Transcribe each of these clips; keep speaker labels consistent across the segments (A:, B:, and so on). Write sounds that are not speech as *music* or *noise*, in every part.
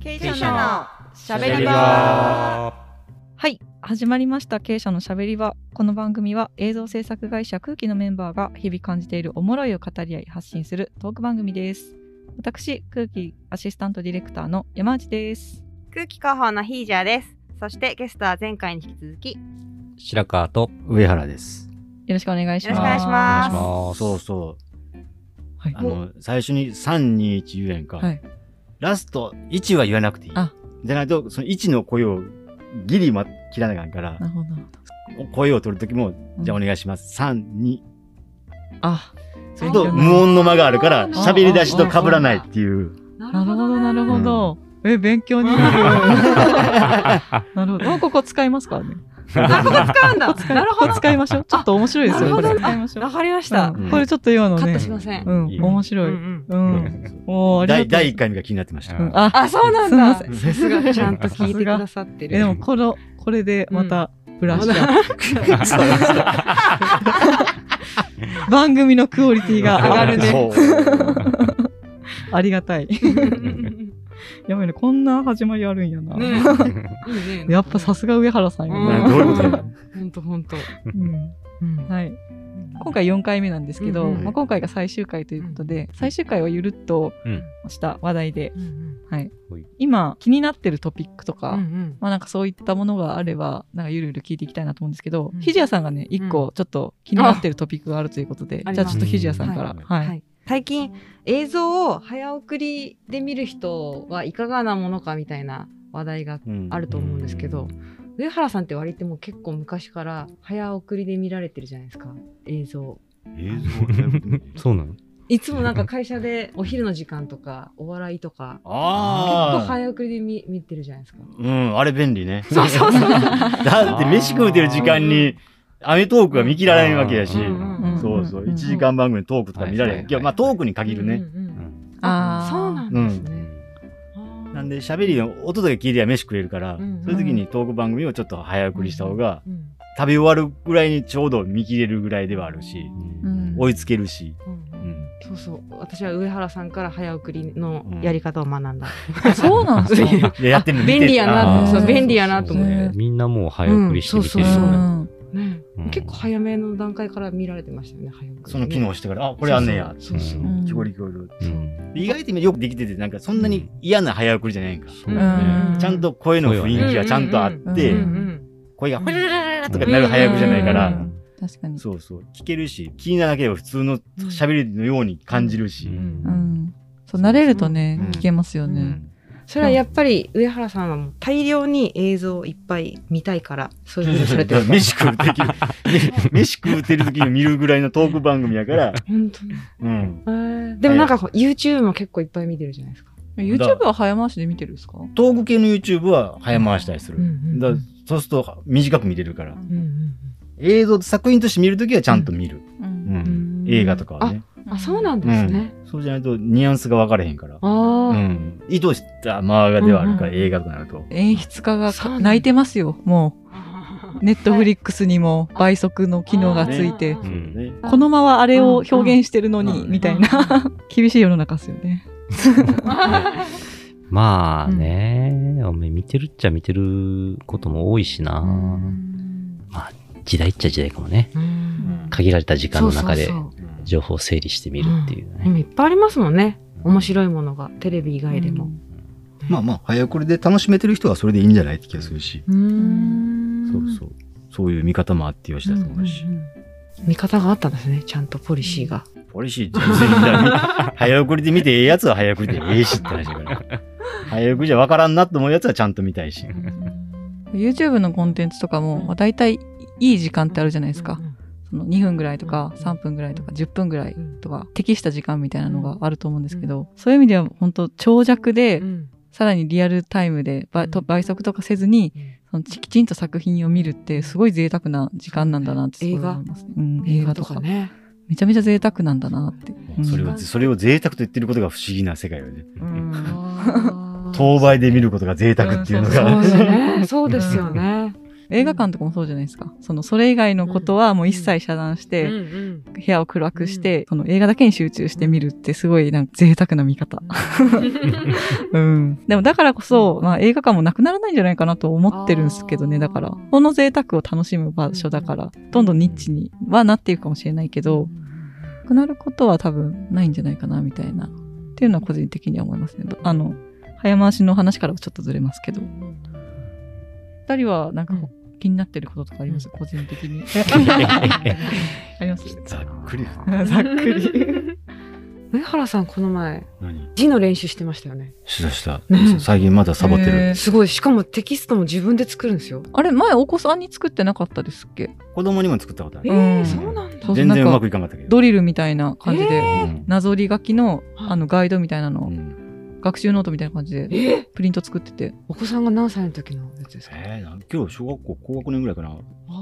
A: 経営
B: 者の
A: しゃべり場。
B: は
C: はい始まりました経営者のしゃべり場この番組は映像制作会社空気のメンバーが日々感じているおもろいを語り合い発信するトーク番組です私空気アシスタントディレクターの山内です
A: 空気広報のヒージャーです。そしてゲストは前回に引き続き、
B: 白川と
D: 上原です。
C: よろしくお願いしま
A: よろ
C: す
A: しくお願いし
B: お願
A: ま
B: いします。
D: そうそう。
C: はい
D: あの、最初に3、2、1言えんか。
C: はい
D: ラスト1は言わなくていい。
C: あ
D: じゃないと、その1の声をギリま切らなあかんから、
C: なるほど
D: 声を取るときも、じゃあお
C: うん
D: 願いします。3、2。
C: あ
D: それと無音の間があるから、
A: あ
D: 喋り出しと被らないっていう。
C: なるほどなる
D: ほ
C: ほど、え勉強に
A: *laughs*
C: なるなるほどもうここ使いますからね
A: あ、ここ使うんだ。なるほ
C: これ
A: ど。
C: 使いましょうちょっと面白いですよこ
A: なるほ
C: れ
A: ど
C: 使いましょう
A: わかりました。
C: うん
D: うん
C: これちょっと今の
A: カット
C: ね
A: しません。
C: うん
D: いい
C: 面白い、
A: うんうん
C: うん。おーあり
D: 第
C: がと
D: 第
C: う
D: 1回目が気になってました。
B: うん
C: あ、
A: あ、そうなんだ。
C: すいま
A: さすが、ちゃんと聞いてくださって
C: えで
A: る。
C: もこのこれでまたブラッシュアップ、 *laughs* 番組のクオリティが上がるね。
D: そう。
C: ありがたい。 *laughs* やばいね、こんな始まりあるんやな。
A: ねいいね
C: やっぱさすが上原さんや
A: うん
C: な。
D: どういうことだよ
A: ほんとほんと。
C: うんはい。今回4回目なんですけど、
A: うんうん
C: まあ、今回が最終回ということで、最終回はゆるっと
B: うん
C: した話題で、はい
B: はい、
C: 今気になってるトピックとか、
A: うん
C: まあなんかそういったものがあれば、なんかゆるゆる聞いていきたいなと思うんですけど、
A: うん
C: ひじやさんがね、一個ちょっと気になってるトピックがあるということで、
A: あ
C: じ
A: あり
C: ゃあ
A: ます
C: ちょっとひじやさんから。
D: うん
C: はい。
A: はい最近映像を早送りで見る人はいかがなものかみたいな話題が
D: うん
A: あると思うんですけど、上原さんって割ってもう結構昔から早送りで見られてるじゃないですか映像
D: 映像だいぶ
B: そうなの
A: いつもなんか会社でお昼の時間とかお笑いとか結構
D: ああ。
A: 早送りで見見てるじゃないですか
D: うん、あれ便利ね。
A: そうそうそう
D: *laughs* だって飯食うてる時間に、アメトークは見切られんわけやし、
A: うんうんうん
D: そうそう、
C: うん
D: 1時間番組のトークとか見られ
B: は
D: へ
B: い
D: ん。
B: はい
D: いや、まあトークに限る
A: うん
D: ね。
A: うんうん
B: うん
C: あー
A: そうなんですね、あー
D: なんで、喋りの音だけ聞いては飯食えるから、
A: うんうん
D: そういう時にトーク番組をちょっと早送りした方が、
A: うん
D: 食べ終わるぐらいにちょうど見切れるぐらいではあるし、
C: うん
D: 追いつけ
A: *laughs*
D: るし。
A: うんう
D: うんん
A: そうそう私は上原さんから早送りのやり方を学んだ、
C: そうなんですよ。
D: でやってんの見て
A: 便利やな
C: あー
A: そう便利やなと思っ
C: そうそう
A: て
C: そ、
B: みんなもう早送りして見てる
A: そう
B: よね。
A: ね
B: うん
A: 結構早めの段階から見られてましたよね早送りね
D: その機能してから、あ、これあんねや。
A: そうそう、
B: うん
D: 聞こえる聞こえる。
B: うん
D: 意外とよくできてて、なんかそんなに嫌な早送りじゃないんか。
B: そう
C: うん
B: ね。
D: ちゃんと声の雰囲気がちゃんとあっ
C: で
D: て
A: うんう、ん
D: 声がフラララとかなる早くじゃないか
C: う
D: ら、
C: ん確かに。
D: そうそう、聞けるし、気にならなければ普通の喋りのように感じるし。
C: う
B: うん
C: ん。そう、慣れるとね
D: うん、
C: 聞けますよ
A: う
C: ね。
A: それはやっぱり上原さんはもう大量に映像をいっぱい見たいからそういうふうにされてる
D: 飯食うてる *laughs* 飯食うてる時に見るぐらいのトーク番組やから、
A: 本当に
D: うん、
A: えーでもなんかこう YouTube も結構いっぱい見てるじゃないですか、
C: YouTube は早回しで見てるんですか
D: トーク系の YouTube は早回したりする、だ
A: う
D: からそうすると短く見れるから
A: んうん
D: 映像作品として見るときはちゃんと見る、
C: う。
D: うんん映画とかはね
A: あそうなん
D: う
A: ですね
D: ん、、そうじゃないとニュアンスが分かれへんから、う
A: あ *laughs* あ、
D: ん、意図した間がではあるから、
A: うん
D: 映画とかなると
C: 演出家が
A: そうなんだ
C: 泣いてますよ、もう。ネットフリックスにも倍速の機能がついて
A: あ。
D: そうね、
A: あ
C: この間はあれを表現してるの
D: うん
C: に、
D: うん
C: みたいな。 *laughs* 厳しい世の中ですよね。
B: まあね、お前見てるっちゃ見てることも多いし
A: う
B: な。
A: ん
B: 時代っちゃ時代かもね。
A: うん
B: 限られた時間の中で
A: そうそうそう
D: うん
B: 情報を整理してみるっていうね。
A: 今いっぱいありますもんね面白いものがテレビ以外でも。
D: まあまあ、早これで楽しめてる人はそれでいいんじゃないって気がするし。
A: うん
D: そうそう。そういう見方もあってよしだと思うし。
A: んうんうん見方があったんですねちゃんとポリシーが。
D: ポリシー全然いらない早送りで見てええやつは早送りでええしって話だから。早送りじゃ分からんなと思うやつはちゃんと見たいし。
C: YouTube のコンテンツとかも、まあ、大体いい時間ってあるじゃないですか。その2分ぐらいとか
A: うん
C: 3分ぐらいとか10分ぐらい
A: うん
C: とか適した時間みたいなのがあると思うんですけどそういう意味では本当長尺で
A: うん
C: さらにリアルタイムでばと倍速とかせずにそのきちんと作品を見るってすごい贅沢な時間なんだなってすごい思いますね、うん、映画とか
A: ね。
C: めちゃめちゃ贅沢なんだなって、うん
D: それ
A: は
D: を、それを贅沢と言ってることが不思議な世界よね。
B: うん
A: あー
D: *laughs* 当倍で見ることが贅沢っていうの
C: ん
D: が。
A: そうですね。そうですよね。
C: 映画館とかもそうじゃないですか。その、それ以外のことはもう一切遮断して、
A: うんうん
C: 部屋を暗くして、その映画だけに集中して見るってすごいなんか贅沢な見方。
A: *laughs*
C: うん。でもだからこそ、まあ映画館もなくならないんじゃないかなと思ってるんですけどね、
A: あー
C: だから。この贅沢を楽しむ場所だから、どんどんニッチにはなっていくかもしれないけど、なくなることは多分ないんじゃないかな、みたいな。っていうのは個人的には思いますね。あの、早回しの話からはちょっとずれますけど。二人はなんかこう気になってることとかあります、個人的に。 *laughs* あります
D: ざっくり。
C: *laughs* ざっくり。
A: *laughs* 上原さんこの前
D: 何
A: 字の練習してましたよね
D: しだした
A: ね。
D: 最近まだサボって
C: へ
D: る。
C: ー
A: すごいしかもテキストも自分で作るんですよ
C: あれ、前お子さんに作ってなかったですっけ
D: 子供にも作ったことあ
A: え
D: る。
A: ー
C: うん
A: そうなんだ
C: そう
D: 全然う
C: なんか
D: まくいかなかったけど。
C: ドリルみたいな感じで、
D: うん
C: なぞり書きの
A: はい
C: あのガイドみたいなの、
D: うん
C: 学習ノートみたいな感じで
A: えー
C: プリント作ってて、
A: お子さんが何歳の時のやつですか
D: えー、なん今日小学校高学年ぐらいかな。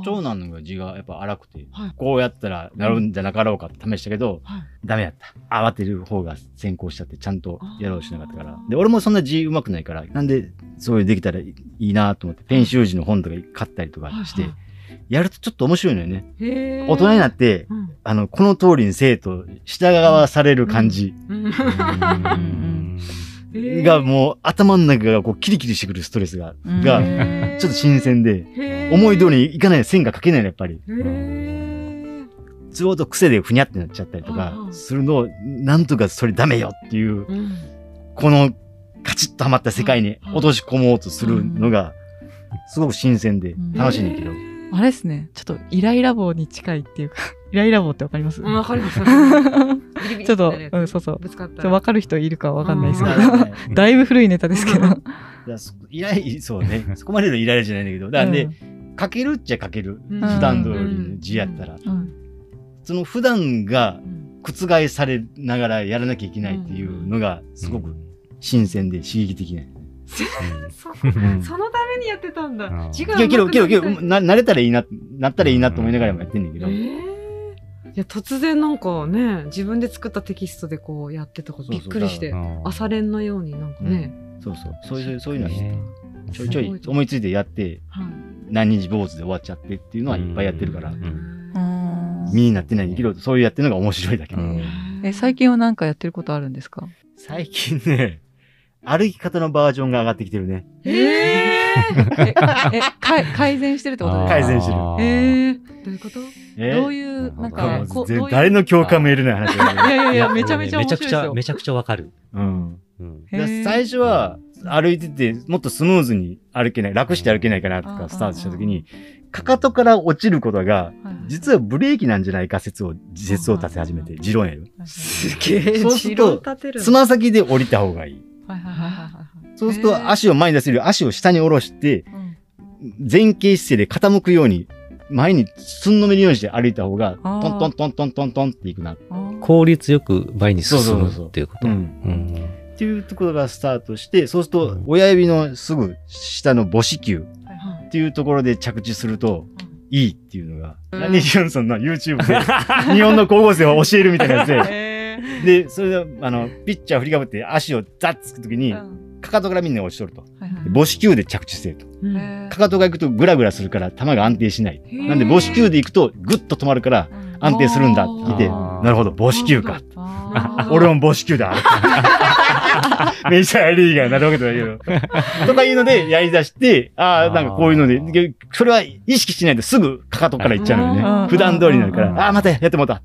D: 長男の字がやっぱ荒くて
A: はい、
D: こうやったらなるんじゃなかろうかって試したけど
A: はい、
D: ダメやった。慌てる方が先行しちゃって、ちゃんとやろうしなかったから
A: あ。ー
D: で、俺もそんな字うまくないから、なんでそういうできたらいいなと思って、ペン習字の本とか買ったりとかして
A: はいは、
D: やるとちょっと面白いのよね。
A: へー
D: 大人になって、
A: うん
D: あの、この通りに生徒、従わされる感じ
A: うんへー
D: がもう頭の中がこうキリキリしてくるストレスが、
C: うん
D: が
C: へ
A: へー
D: ちょっと新鮮で、
A: へー
D: 思い通りにいかない線が書けないのやっぱり。
A: へー
D: ずっと癖でふにゃってなっちゃったりと
A: うん
D: か
A: うん
D: するのを、なんとかそれダメよっていう、
A: うん
D: このカチッとはまった世界に
A: うん
D: 落とし込もうとするのが、すごく新鮮で
C: うん
D: 楽しいねんだけど
A: へ。ー
C: *laughs* あれですね、ちょっとイライラ棒に近いっていうか、 *laughs* イライラ棒ってわかります、
A: うん
C: *laughs*
A: わかりますビリビリ
C: ちょっと
A: なるやつ
C: うんそうそう
A: ぶつかった
C: ちょ
A: ら
C: わかる人いるかわかんないです
A: う
D: だ
C: け
A: ん
D: か
C: ど、
D: らね
C: だいぶ古いネタですけど。
A: うん
D: だからそイライそう
A: *laughs*
D: ね。そこまでのイライラじゃないんだけど。だから
C: う
D: ね
C: ん、
D: 書けるっちゃ書ける。
A: うん
D: 普段通りの字やったら。
C: うん
D: その普段が
A: うん
D: 覆されながらやらなきゃいけないっていうのがすごく新鮮で刺激的ね。
A: そ
B: うん
A: そのためにやってたん
B: う
A: だ
B: ん
A: 字
D: け
A: が
D: どけどけどけ
A: 上手くな
D: ど
A: りたい
D: な慣れたらいいななったらいいなと思いながらもやってんねんけど、
A: えーいや突然なんかね自分で作ったテキストでこうやってたこと
D: そう
A: び
D: そ
A: っ
D: う
A: くりして朝
B: れ
A: 練のようになんかね、
D: そうそうそういうそういうのはちょいちょ
A: すごい
D: い思いついてやって
A: はい
D: 何日坊主で終わっちゃってっていうのはいっぱいやってるか
B: う
D: ら
B: ん
C: うん
D: 身になってないんだけどそういうやってるのが面白いだけで、
B: うん
C: え最近は何かやってることあるんですか
D: 最近ね歩き方のバージョンが上がってきてるね
A: ええ
C: ええかい改善してるってことですか
D: 改善してる
C: え
A: ーどういうこと
D: え
C: ー
D: ー
C: どういう、な
B: な
C: んか
B: る、
C: こ
D: も
C: う
D: う
C: どうい
D: 全
C: う
D: 誰の共感も得るない話が
C: い *laughs*
D: ね、
C: やいやいや、めちゃめちゃ面白いですよ。
B: めちゃくちゃわかる。
D: うん
B: うん
D: だから
C: へー
D: 最初は歩いててもっとスムーズに歩けない楽して歩けないかなと
C: うん
D: かスタートした時にかかとから落ちることが
C: はいはい
D: 実はブレーキなんじゃないか説を自説を立て始めて持論やる
A: すげえ
D: そうす
A: 持
D: ると
A: 論立てる
D: つま先で降りた方がいい
C: はいはいはいはいはい
D: そうすると足を前に出せるより足を下に下ろして
C: うん
D: 前傾姿勢で傾くように前にすんのめるようにして歩いた方が
C: あー
D: トントントントントントンっていくな、
C: あー
B: 効率よく倍に進むっていうこと。
D: うん
B: うん
D: っていうところがスタートしてそうすると親指のすぐ下の母子球
C: はいは
A: は
C: い
D: っていうところで着地すると
C: うん
D: いいっていうのが、ラニー・ジョンソンの YouTube で日本の高校生を教えるみたいなやつで、
C: へー
D: で、それで、あの、ピッチャー振りかぶって足をザッつくときに、
C: うん
D: かかとからみんな落ちとると。
C: はいはい
D: で母子球で着地してると。
A: いうん
C: へー
D: かかとが行くとグラグラするから球が安定しない。
A: へー
D: なんで母子球で行くとグッと止まるから安定するんだって聞いて、
B: あー
D: なるほど、母子球か。
C: あー
D: *laughs* 俺も母子球だ。メジャーリーガーになるわけだけど。とかいうのでやりだして、ああ、なんかこういうの
B: あー
D: で、それは意識しないとすぐかかとからいっちゃうの
C: あ
D: よ
C: ー
D: ね。普段通りになるか
B: あ
D: ら、
B: ー
D: ああー、またやってもうた。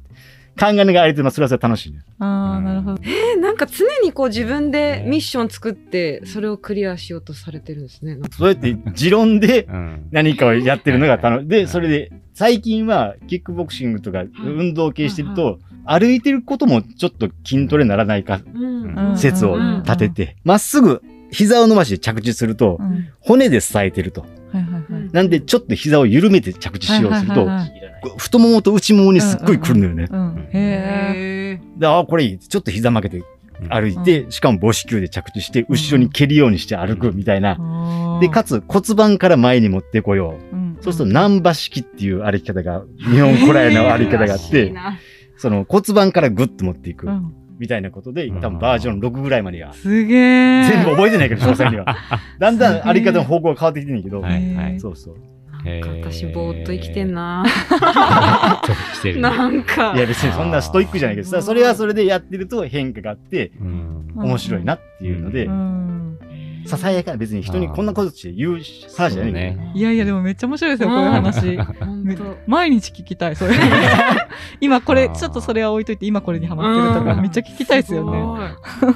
D: 考えながらやれてます。それはそれは楽しいね。
C: あー、なるほど。
A: えーなんか常にこう自分でミッション作ってそれをクリアしようとされてるんですねなんか
D: そうやって持論で
B: うん
D: 何かをやってるのが楽しい。で、それで、最近はキックボクシングとか運動系してると、歩いてることもちょっと筋トレならないか、
A: うん
C: うん
D: 説を立てて、まっすぐ膝を伸ばして着地すると
C: う、ん
D: 骨で支えてると。
C: はいはいはい。
D: なんで、ちょっと膝を緩めて着地しようとする
C: はい
D: と
C: はいはい、
D: 太ももと内ももにすっごいくるのよね。
C: うん
A: へ
C: へ
A: ー
D: で、ああ、これいい。ちょっと膝曲げて歩いて、しかも母子球で着地して、後ろに蹴るようにして歩くみたいな。
C: ー。
D: で、かつ骨盤から前に持ってこよう。
C: うん、
D: そうすると、難波式っていう歩き方が、日本古来の歩き方があっ
A: いい
D: て、
A: な
D: その骨盤からグッと持っていく
C: う。ん、
D: みたいなことで、
B: うん
D: 多分バージョン6ぐらいまでや。
C: すげえ。
D: 全部覚えてないけど、詳細には。だんだん歩き方の方向が変わってきてんねんけど、
B: はいはい。
D: そうそう。
A: なんか私ぼーっと生きてんな。
B: ちょっとしてる。
A: なんか
D: い。や別にそんなストイックじゃないけど
A: あ
D: さ
A: ー
D: それはそれでやってると変化があって
B: うん。
D: 面白いなっていうので、
C: うん
D: ささやかな別に人にこんなことして言う話じゃないんだよね。
C: いやいやでもめっちゃ面白いですよこういう話
A: 本
C: め
A: 当。
C: 毎日聞きたいそれ今これ
B: あー
C: ちょっとそれは置いといて今これにハマってると
A: う
C: か
A: ん
C: めっちゃ聞きたいですよね
A: ごい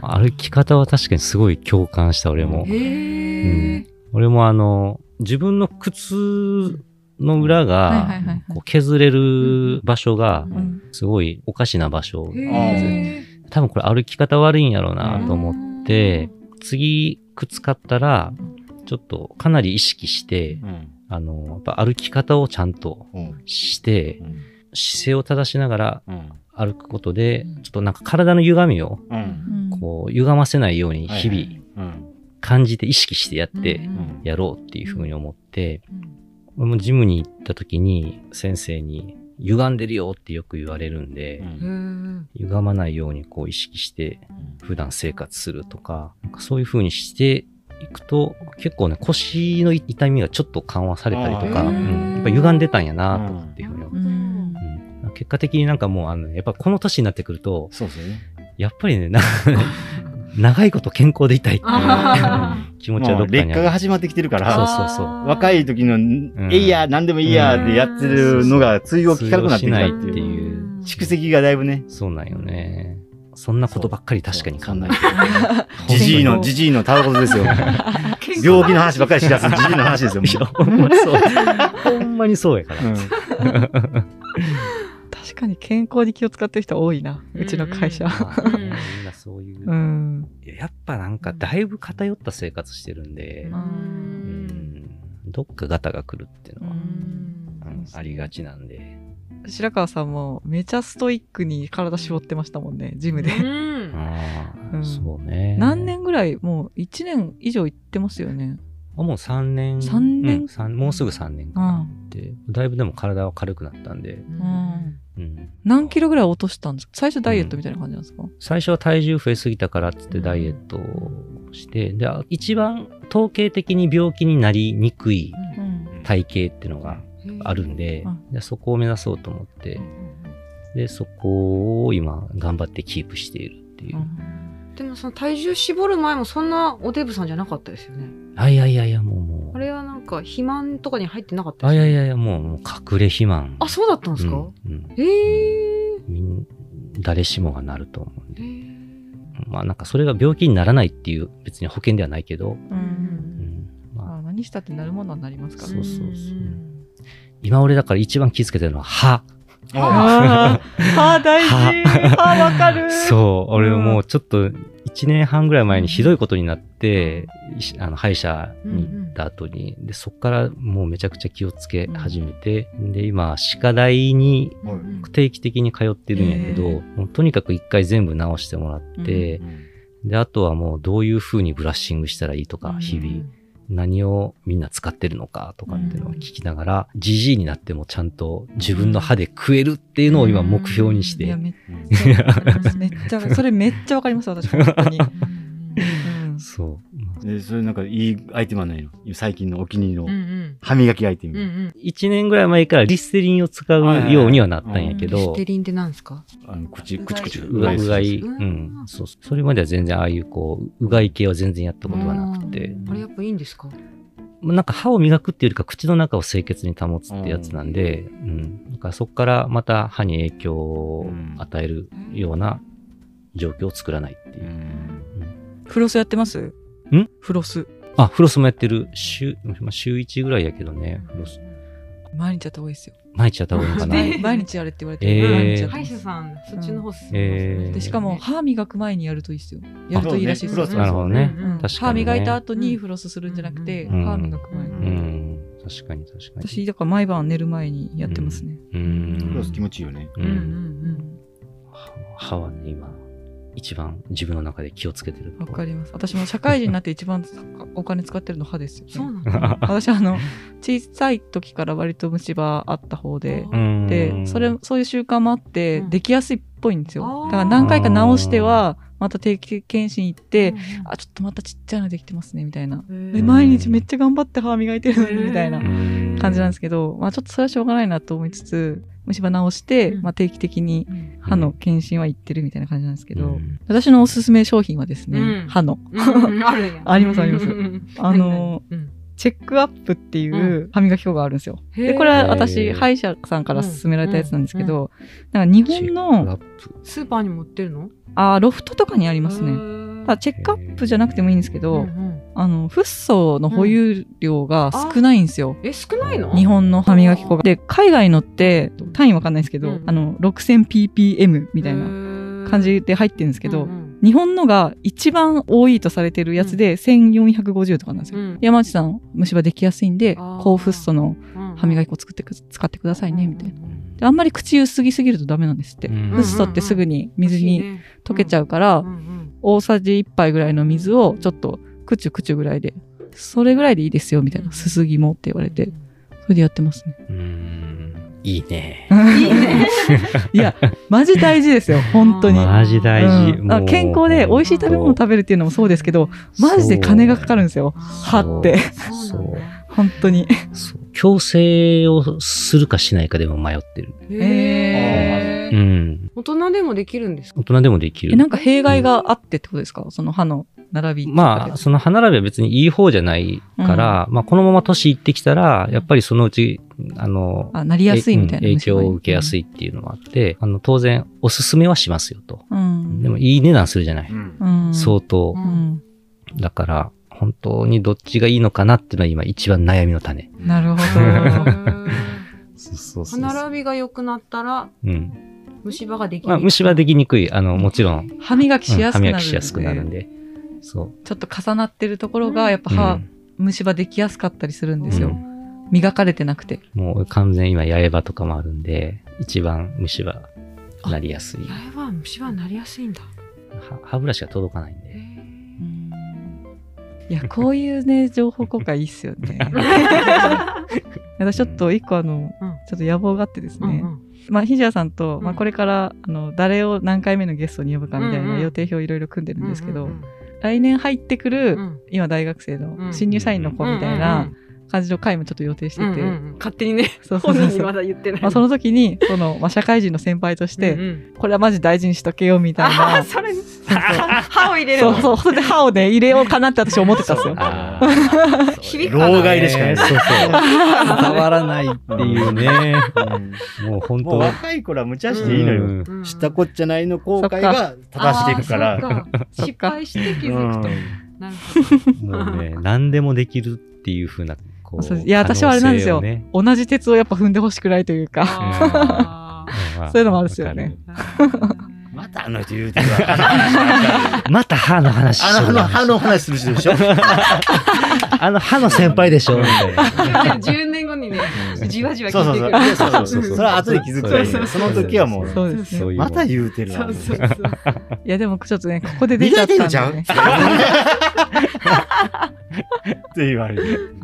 B: あ歩き方は確かにすごい共感した、俺も。
A: へえ。
B: 俺もあの、自分の靴の裏
C: はいはいはいは
B: が
C: い、
B: こう削れる場所が
A: う、
C: うん
B: すごいおかしな場所。
A: へえ。
B: 多分これ歩き方悪いんやろうなと思っ、
A: って
B: 次、靴買ったら、ちょっとかなり意識して、
D: うん
B: あの、やっぱ歩き方をちゃんと
D: うん
B: して、姿勢を正しながら
D: うん
B: 歩くことで、ちょっとなんか体の歪みを、
D: うん
B: こう、歪ませないように日
D: はい
B: 々
D: うん
B: 感じて意識してやって、
D: うん
B: やろうっていうふうに思って、俺もジムに行った時に先生に、歪んでるよってよく言われるんで、
D: うん
A: うん
B: 歪まないようにこう意識して普段生活するとか、なんかそういう風にしていくと、結構ね、腰の痛みがちょっと緩和されたりとか、
D: あー
B: うんやっぱ歪んでたんやなとかっていうふうに思
C: う
B: う、
C: ん
B: うん結果的になんかもう、あの、やっぱこの年になってくると、
D: そうですよね。
B: やっぱりね、
D: *laughs*
B: な長いこと健康でいたいって
A: あ
B: いう気持ちはどっ
D: もう
B: か
D: 劣
B: に
D: 化
B: あ
D: が
B: る。
D: 始まってきてるか
B: そう
D: ら
B: そうそう
D: 若い時の「えいや何でもいいや」でやってるのが通用効かなくなってきたって
B: って
D: いう
B: いう
D: 蓄積がだいぶね
B: そうなんよね。そんなことばっかり確かに考えて
D: じじいのじじいのたわごとで
A: *laughs*
D: すよ病気の話ばっかりしだすじじいの話ですよも
B: いや、ほんまそう。ほんまにそうやから。
D: ううん
C: 確かに健康に気を使ってる人多いなうちの会社
B: まあねみんなそういうう。
C: ん
B: やっぱなんかだいぶ偏った生活してるんで、うんどっかガタが来るっていうのは、うんありがちなんで。
C: 白川さんもめちゃストイックに体絞ってましたもんねジムで
B: あー
C: うん
B: そうね。
C: 何年ぐらいもう1年以上行ってますよね
B: あもう3年。
C: 三年
B: うん三もうすぐ3年かなって。だいぶでも体は軽くなったんで。うん
C: 何キロぐらい落としたんですか最初ダイエットみたいな感じなんですか、
B: 最初は体重増えすぎたからっつってダイエットをして、で、あ一番統計的に病気になりにくい体型っていうのがあるんで
C: うん
B: でそこを目指そうと思って、で、そこを今頑張ってキープしているっていう。
A: でもその体重絞る前もそんなおデブさんじゃなかったですよね。
B: あ、いやいやいや、もうも
A: あ
B: う。
A: れはなんか肥満とかに入ってなかった
B: あ、いやい
A: や。
B: やいや、もうもう隠れ肥満。
A: あ、そうだったんですか、
B: うんうん
A: へえ
B: みん誰しもがなると思うんで。
A: ー。
B: まあなんかそれが病気にならないっていう別に保険ではないけど、う
C: う
B: ん
C: ん
B: んま
C: ま
B: あ、
C: あ、何したってなるものはなりますからね
B: そうそうそう
A: うん
B: 今俺だから一番気づけてるのは歯。
C: あー歯大事歯わかる
B: そう、俺もうちょっと1年半ぐらい前にひどいことになって、いあの歯医者に行った後に、で、そっからもうめちゃくちゃ気をつけ始めて、で、今、歯科大に
D: うん
B: 定期的に通ってるんやけど、
C: へ
B: もうとにかく一回全部直してもらって、で、あとはもうどういう風にブラッシングしたらいいと
C: う
B: か、
C: ん
B: 日々、何をみんな使ってるのかとかっていうのを聞きながら、じじいになってもちゃんと自分の歯で食えるっていうのを今目標にし
C: い
B: て
C: や、めっ
D: うん
C: ちゃめっ
B: *laughs*
C: ちゃそれめっちゃわかります私本当に、うん
B: そう。まあ
D: でそれなんかいいアイテムはないの最近のお気に入り
A: うんう
D: の
A: ん
D: 歯磨きアイテ
A: うんう
D: ム、
A: ん。
B: 1年ぐらい前からリステリンを使うようにはなったんやけ
A: リス
B: ど
A: テ、リンって何ですか
D: あの口口口
B: うがうがい、
A: う
B: うんん、そうそう。それまでは全然ああいうこう、うがい系は全然やったことがなくて、
A: あれやっぱいいんですか
B: まあなんか歯を磨くっていうよりか口の中を清潔に保つってやつなんで、うん。だからそこからまた歯に影響を与えるような状況を作らないっていうう。
D: ん
C: フロスやってますん
B: ん
C: フロス
B: あ、フロスもやってる。週、まあ、週1ぐらいやけどね、フロス。
C: 毎日やった方がいいですよ
B: 毎日やった方がいいのかな。
A: え
C: 毎
A: ー
C: 毎日やれって言われて、
B: えー
C: 毎日やって
A: 歯
C: ま
A: 医
C: す
A: 者さん、そっちの方進ん
B: えー
C: でしかも歯磨く前にやるといいですよやるといいらしいですよ
D: そうねフロス
B: なるほどね。
C: うん
B: 確かにね
C: 歯磨いた後にフロスするんじゃなくて、
B: うん
C: 歯磨く前に、
B: う
D: うん
B: ん。確かに確かに。
C: 私だから毎晩寝る前にやってますね、
B: う
D: フロス
B: ん
D: 気。持ちいいよね
B: う
A: うんうん
B: ん
A: うん
B: 歯はね、今、一番自分の中で気をつけてる。
C: わかります私も社会人になって一番お金使ってるの歯ですよ、ね、
A: そうなんだ。
C: 私あの小さい時から割と虫歯あった方で
B: *laughs* うん。
C: でそれそういう習慣もあって、
A: うん
C: できやすいぽいんですよ
A: あー
C: だから何回か直してはまた定期検診行ってあちょっとまたちっちゃいのできてますねみたいな、
A: うん
C: え
B: うん
C: 毎日めっちゃ頑張って歯磨いてるのにみたいな
A: うん
C: 感じなんですけど、まあ、ちょっとそれはしょうがないなと思いつつ虫歯直して、
A: うん
C: まあ、定期的に
A: うん
C: 歯の検診は行ってるみたいな感じなんですけ
B: け
C: ど、私のおすすめ商品はですね、
A: うん
C: 歯の
A: うん *laughs* あるんや
C: ありますあります
A: うん
C: あの
A: うん
C: チェックアップっていう歯磨き粉があるんですよ。
A: へー
C: でこれは
B: へ
C: 私
B: ー
C: 歯医者さんから勧められたやつなんですけど、なんか日本の
B: ラップ
A: スーパーにも売ってるの
C: あーロフトとかにあります
A: へ
C: ね。
A: ー
C: ただチェックアップじゃなくてもいいんですけ
A: うん
C: ど、
A: うん
C: あのフッ素の保有量が少ないんですよ。
A: え少ないの
B: あ
C: 日本の歯磨き粉が。で、海外のって単位わかんないですけど、
A: うん
C: あの 6000ppm みたいな
A: な
C: 感じで入ってるんですけど、
A: うんうん
C: 日本のが一番多いとされてるやつで1450とかなんですよ。
A: うん
C: 山内さん虫歯できやすいんで
A: あー
C: 高フッ素の
A: うん
C: 歯磨き粉作ってく使ってくださいねみたい
A: な。
C: な。であんまり口薄ぎすぎるとダメなんですって。
B: うん
C: フッ素ってすぐに水に溶けちゃ
A: う
C: うから、
A: んうん。
C: 大さじ1杯ぐらいの水をちょっとくちゅくちゅぐらいで、それぐらいでいいですよみたいな、
A: うん
C: すすぎもって言われて、それでやってますね。
B: うんいいね。
A: いいね。
C: いや、 *laughs* マジ大事です
A: *laughs*
C: よ、本当に。
A: あー
B: *laughs* マジ大事。
C: うんあ
B: もう
C: 健康で美味しい食べ物食べるっていうのもそうですけど、マジで金がかかるんですよ、歯
A: は
C: って。
A: そうなんだ。
C: 本当に。
B: そう矯正をするかしないかでも迷ってる。
A: へ
C: え
B: う
A: ー
B: ん。
A: 大人でもできるんですか
B: 大人でもでき
C: え、
B: る
C: なん。か弊害があってってことですかその歯の並びとかで。
B: まあ、その歯並びは別にいい方じゃないから、まあ、このまま年いってきたら、やっぱりそのうち、あの、
C: あ、なりやすいみたいな。
B: えうん影響を受けやす
C: い。
B: いっていうのもあって、あの、当然、おすすめはしますよと。
C: うん。
B: でも、いい値段するじゃない。
D: ん
C: うん、
B: 相当
A: う。
C: うんん。
B: だから、本当にどっちがいいのかなっていうのは今一番悩みの種。
C: なる
A: へ
C: ほど。
A: ー
B: そうそう
A: 歯並びが良くなったら
B: うん。
A: 虫歯ができ
B: まあ、
A: る。
B: 虫はできにくい。あの、もちろん、
C: 歯磨きしやす
B: 歯
C: くなる、
B: 磨きしやすくなるんで。そう。
C: ちょっと重なってるところがやっぱ歯、
B: うん
C: 虫歯できやすかったりするんですよ、
B: うん
C: 磨かれてなくて
B: もう完全に今、八重歯とかもあるんで、一番虫歯なりやすい。
A: 八重歯は虫歯になりやすいんだ。
B: 歯歯ブラシが届かないん
A: へ
B: で。
A: ー
C: いやこういう
A: *laughs*
C: ね情報公開いいっすよね私ちょっと一個あの、
A: うん
C: ちょっと野望があってですね、
A: うんうん
C: まあひじやさんと、まあ、
A: うん
C: これからあの誰を何回目のゲストに呼ぶかみたい
A: うんう
C: なん予定表いろいろ組んでるんですけど、
A: うん
C: 来年入ってくる、
A: うんうん
C: 今大学生
A: う
C: の
A: ん
C: 新入社員の子みたい
A: うんう
C: なん感じの回もちょっと予定してて、
A: うんうんうん勝手にね、
C: そうそ
A: 本
C: うそう
A: 人に
C: そう
A: まだ言ってない。
C: まあ、その時にその、まあ、社会人の先輩として、
A: うんうん
C: これはマジ大事にしとけよみたい
A: ああ、
C: な。
A: それ、歯を入れる
C: そ
A: の
C: うそう。それで歯をね、入れようかなって私思ってたんですよ。
B: あー
C: *laughs*
A: 響くか
D: 老
A: な。
D: 害でしかない。
B: そう
D: *laughs*
B: そう伝わらないっていうね。
D: うん
B: もう本
D: もう
B: 当
D: 若い頃は無茶していいのよ。
B: うん
A: うん
D: 知ったこっちゃないの後悔が正していくから。
A: あーそう失敗して気づくと。なるほ
B: もうね、何でもできるっていう風な、こ
C: そう
B: う。
C: いや私はあれなんですよ
B: 可能
C: *laughs*
B: 性をね
C: 同じ鉄をやっぱ踏んでほしくないという
A: *laughs* ど。
C: か。
A: あ
B: ま
C: そういうのもあるっすよね。
A: ーうん
D: またあの人言うてるわ。
B: わかるまた歯の話し
D: あ
B: て
D: の
A: *laughs*
B: るな
D: 歯の話する人でしょ。
B: あの歯の先輩でしょみたいな。
A: 10年後にね、じわじわ
D: そう
A: 聞
D: そ
A: いうて
D: そ
A: く
D: う。
A: る。
D: そうそうそう。それは後で気づくからいい
A: そう
D: よ。
A: そ
D: そ
A: そ
D: う
A: う
D: の時はもう、
C: そうですね
B: そういうも
D: ま
B: ん
D: た言うてる
A: そ
D: わ
A: う。そうそう。
C: いや、でもちょっとね、ここで出ちゃっ
D: 磨いてん
C: たん
D: のちゃ
C: で
D: うっ
C: ね。
D: *laughs* て言われる。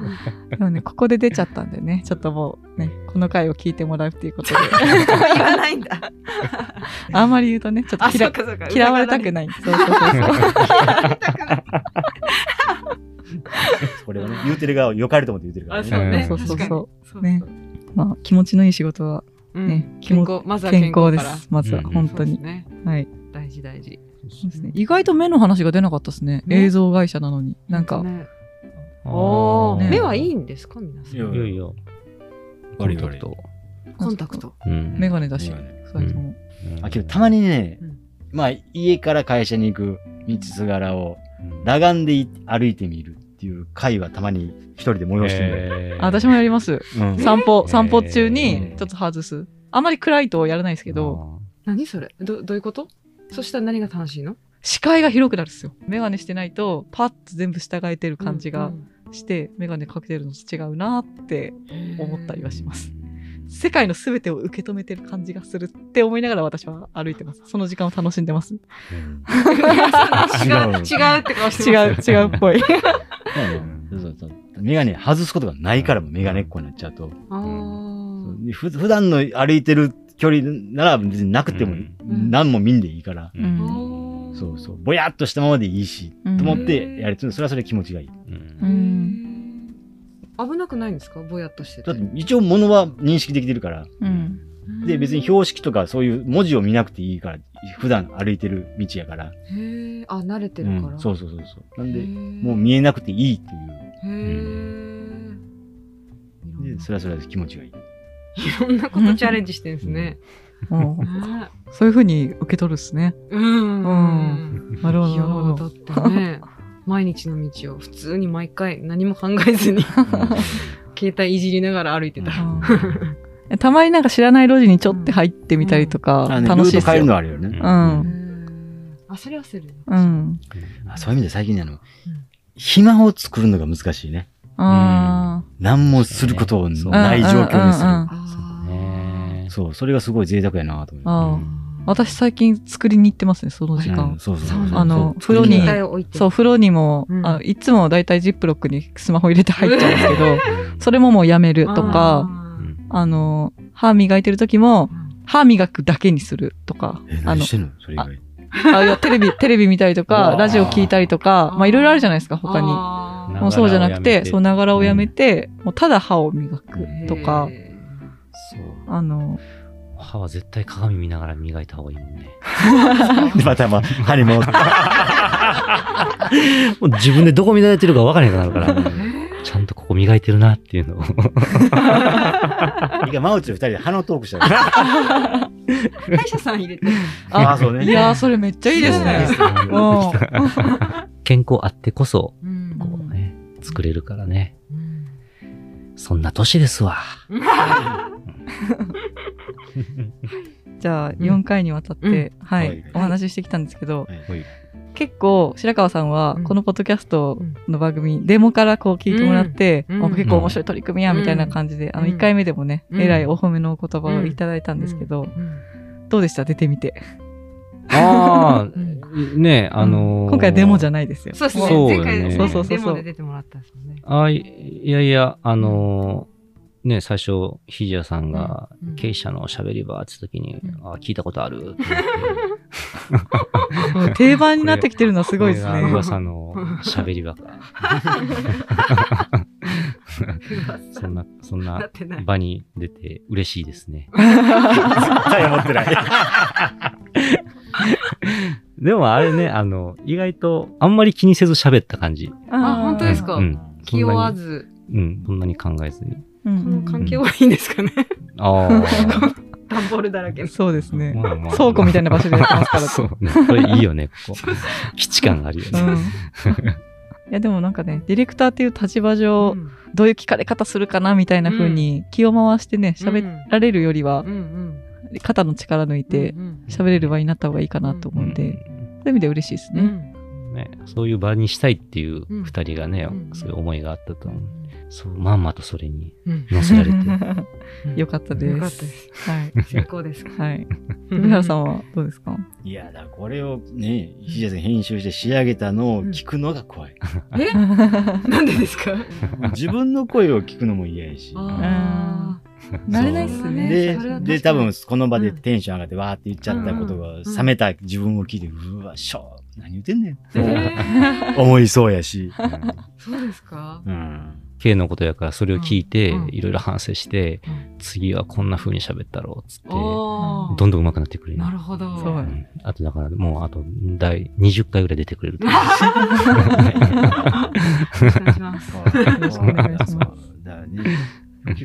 C: でもね、ここで出ちゃったんでね、ちょっともうね、この回を聞いてもらうっていうことで、 *laughs*
A: 言わないんだ。
C: あんまり言うとね、ちょっと
A: あ、そ
C: 嫌
A: っかそっか。
C: 嫌われたくない。そうそうそうそう。
D: これはね、言うてる側を良かれと思って言うてるから
A: あ、
D: ね。
A: そうね。
B: う
C: そ
B: ん
C: うそう
A: 確かに
C: そ
A: そう
C: ね。う。まあ、気持ちのいい仕事は
A: う
C: ね
A: ん、
C: 気持
A: 健康、
C: ち
A: まずは
C: 健康で
A: から
C: す。。まずは、
B: うん
C: 本当
A: そう
C: に
A: で。すね。
C: はい。
A: 大事大事。
C: そうですね意外と目の話が出なかったですね。
A: ね
C: 映像会社なのに。なんか、
A: ね
B: お
C: ね
A: 目はいい
B: い
A: んですか皆さ
D: いや
A: ん。
B: いよいよ。コ
D: 悪
B: ン
D: い
B: タ
D: 悪
B: ク
D: い
B: ト。
A: コンタクト。
B: うん
C: メガネだし
D: メガネ、
C: 二人とも。
D: あけどたまにね
A: うん、
D: まあ家から会社に行く道すがらを裸眼でい歩いてみるっていう会はたまに一人で催してる
C: あ私もやります。
D: のよ。うん
C: 散歩、
B: えー
C: 散歩中
B: う
C: に
B: ん
C: ちょっと外す。あまり暗いとやらないですけど、
A: 何それどどういうことそしたら何が楽しいの
C: 視界が広くなるんですよ。メガネしてないと、パッと全部従えてる感じ
A: う
C: が
A: ん
C: して、メガネかけてるのと違うなって
A: うん
C: 思ったりはします。
B: うん
C: 世界の全てを受け止めてる感じがするって思いながら私は歩いてます。その時間を楽しんでます。
A: 違う違うって顔して
C: 違う、違うっぽ
D: *laughs*
C: い。
D: そうそうそうメガネ外すことがないからもメガネっ子になっちゃうと。
A: あー
D: ふ普段の歩いてる距離なら別になくても
B: うん
D: 何も見んでいいから、
B: う
E: うん
B: ん
A: おー
D: そうそう、ぼやっとしたままでいいし、
E: うん
D: と思ってやると、それはそれで気持ちがいい。
B: うん
A: うん危なくないんですかぼやっとしてて
D: だって一応物は認識できてるから、
E: うん
D: で別に標識とかそういう文字を見なくていいから、普段歩いてる道やから。
A: へえあ慣れて
D: う
A: るから、
D: ん、そうそうそうそう。なん
A: へ
D: で
A: え、
D: もう見えなくていいっていう
A: へえ。
D: で、それはそれで気持ちがいい。
A: いろんなことチャレンジしてるんですね。
C: もう
A: ね
C: そういうふうに受け取るですね。
A: うん。
C: うんなるほ
A: い
C: ど、
A: や
C: なるほ
A: ーだ
C: ど。
A: ってね、毎日の道を普通に毎回何も考えずに携帯いじりながら歩いてた。
C: うんたまになんか知らない路地にちょっと入ってみたりとか、
D: あのね
C: 楽しいで
D: ルート
C: す
D: 変え
C: よ。
D: るのはあるよね。
A: う
C: うん
A: んあ、それはする。
C: うん。
D: あそういう意味で最近ねあの、暇を作るのが難しいね。
C: あ
D: 何もすることを
B: そう
C: ね
D: ない状況にす
C: うんうんうんうん
A: あ
D: る。
A: ー
B: ね
D: そう、それがすごい贅沢やなと思って。
C: あ
B: う
C: ー
B: ん。
C: 私最近作りに行ってますね、その時
D: う
C: 間
D: ん。そうそう
A: そう
D: そう。
C: あの
D: そう
C: 風呂に
A: 携帯を置いて。
C: そう、風呂にも、
A: うん
C: あいつもだいたいジップロックにスマホ入れて入っちゃうんですけど、それももうやめるとか、
B: う
A: あー。
B: ん
C: あの、歯磨いてる時も、
A: うん
C: 歯磨くだけにするとか
D: え、、
C: あ
D: 何
C: の
D: し、てんのそれ以外。
C: あいやテレビ、テレビ見たりと
B: う
C: か、
B: わー
C: ラジオ聞いたりとか、まあいろいろあるじゃないですか、他に。
A: あー
B: な
C: もうそうじゃな
B: なが
C: く
B: らをや
C: て、
B: めて
C: そう、ながらをやめて、もうただ歯を磨くとか、
A: へー
D: そう。
C: あの、
B: 歯は絶対鏡見ながら磨いた方がいいもんね。
D: で、ま *laughs* たまあ、歯に戻って。
B: もう自分でどこ磨いてるか分からへんくなるから、
A: *laughs* え
B: ちゃんとここ磨いてるなっていうのを。
D: 一回、マウチの二人で歯のトーク *laughs* したら。
A: ー歯医者さん入れて。
D: ああ、
C: あ、
D: そうね。
C: いやー、それめっちゃいいですね。
B: そうですね *laughs* 健康あってこそ、
A: うん
B: こうね、作れるからね。
A: *laughs* うん
B: そんな年ですわ。
C: じゃあ、4回にわたって、は
D: はい
C: い、お話ししてきたんですけど、
D: はい
C: 結構白川さんは
A: うん
C: このポッドキャストの番組、デモからこう聞いてもらって、
A: うん
C: あ
A: うん
C: 結構面白い取り組みやみたいな感じで、あの
A: うん
C: 1回目でもね、
A: うん
C: えらいお褒めのお言葉をいただいたんですけど、
A: うん
C: どうでした出てみて、
B: あ
A: う
B: あ、 *laughs* ねあの
C: 今回デモじゃ
B: ない。
C: ないですよ
A: そうですね。
B: そう
A: 前
B: よね
A: 回
B: そう
C: そうそ
A: デ
C: うそう
A: モで出てもらったんですもんね。
B: あいいやいや、あのーね、最初、ひじやさんが
A: うんうん、
B: 経営者の喋り場って時に
A: う、ん
B: あ聞いたことあるって言っ
C: うん定番になってきてるのは *laughs* すごいです
B: これが
C: ね
B: 噂の喋り場 *laughs* か。そんな、そん
A: な
B: な
A: ってない。
B: 場に出て嬉しいですね。
D: 絶対思ってない。
B: でもあれね、あの、意外とあんまり気にせず喋った感じ。
C: あ
A: あ本当ですか
B: うん。
A: 気負わ
B: ず。
A: ず、
B: うん、そんなに考えずに。
C: うん
A: この
C: うん
A: 環境はいいんです
C: *laughs*
A: かね。
B: ああ。
A: 段ボールだらけの。
C: そうですね、
B: まあまあ
C: 倉庫みたいな場所でやってますから
B: *laughs* そうね。これいいよね、ここ。基地感があるよ
C: う
B: ね。
C: んいやでもなんかねディレクターっていう立場上、
A: うん
C: どういう聞かれ方するかなみたいな風に気を回してね喋られるよりは
A: うんうん
C: 肩の力抜いて
A: うん
C: 喋れる場になった方がいいかなと思うんで、そういう意味で嬉しいです
A: う
C: ね。
A: ん
B: ね、そういう場にしたいっていう
A: うん
B: 二人がね、
A: うん
B: そういう思いがあったと思う。そう、まんまとそれに
A: うん
B: 乗せられて。
C: *laughs* よかったです。
A: よかったです。
C: はい。
A: 最高です。
C: はい。上原さんはどうですか
D: *laughs* いや、だからこれをね、石田さん編集して仕上げたのを聞くのが怖い。
A: えなんでですか
D: 自分の声を聞くのも嫌やし。
A: あ
C: 慣れないっすね。
D: で
A: それは確かに
D: で、多分この場でテンション上がってわーって言っちゃったこと
A: う
D: が
A: んうん
D: 冷めた自分を聞いて、うわ、しょう、何言ってんねん
A: ー
D: って
A: えー
D: 思いそう
A: *laughs*
D: やし。
A: そうです
D: *laughs*
A: か
D: うん。
B: *laughs* K のことやからそれを聞いて
A: うんうん、
B: いろいろ反省して、次はこんな風に喋ったろうっつって、
A: お
B: どんどん上手くなってくれる。
A: なるほど。
C: そう
B: うんあとだからもうあと第20回ぐらい出てくれると思う。
A: お願いします。
C: よろしくお願いしま
D: そうだからね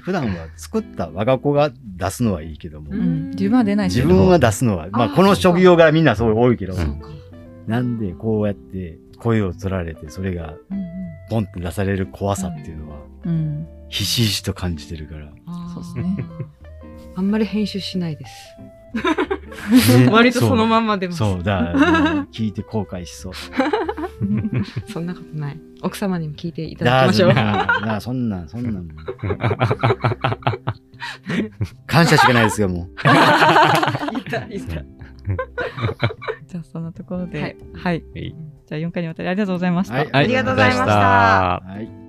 D: 普段は作った我が子が出すのはいいけども
A: う
C: う、
A: ん
C: ん。自分は出ないし
D: 自。分は出すのは、まあこの職業柄みんな *laughs* そう多いけど
B: う、
A: そうか。
D: なんでこうやって声を取られて、それが
A: うんうん
D: ポンって出される怖さっていうのは、
C: うん。
D: *laughs* ひしひしと感じて
A: *laughs*
D: るから。
A: あー
C: そうっすね。
A: あんまり編集しないです。
D: ね
A: 割とそのまんまでも
D: そう、だから、
A: *laughs*
D: 聞いて後悔しそう。
A: そんなことない。奥様にも聞いていただき
D: だ
A: ましょう。
D: なあ、そんなん、そん
A: *laughs*
D: なんもう。感謝しかないですよ、もう。
A: *laughs* 言った言った
C: じゃあそんなところ
A: はい
C: で。はい。
B: はい
C: じゃあ4回にわたりありがとうございました。
D: はい
A: ありがとうございました
D: はい。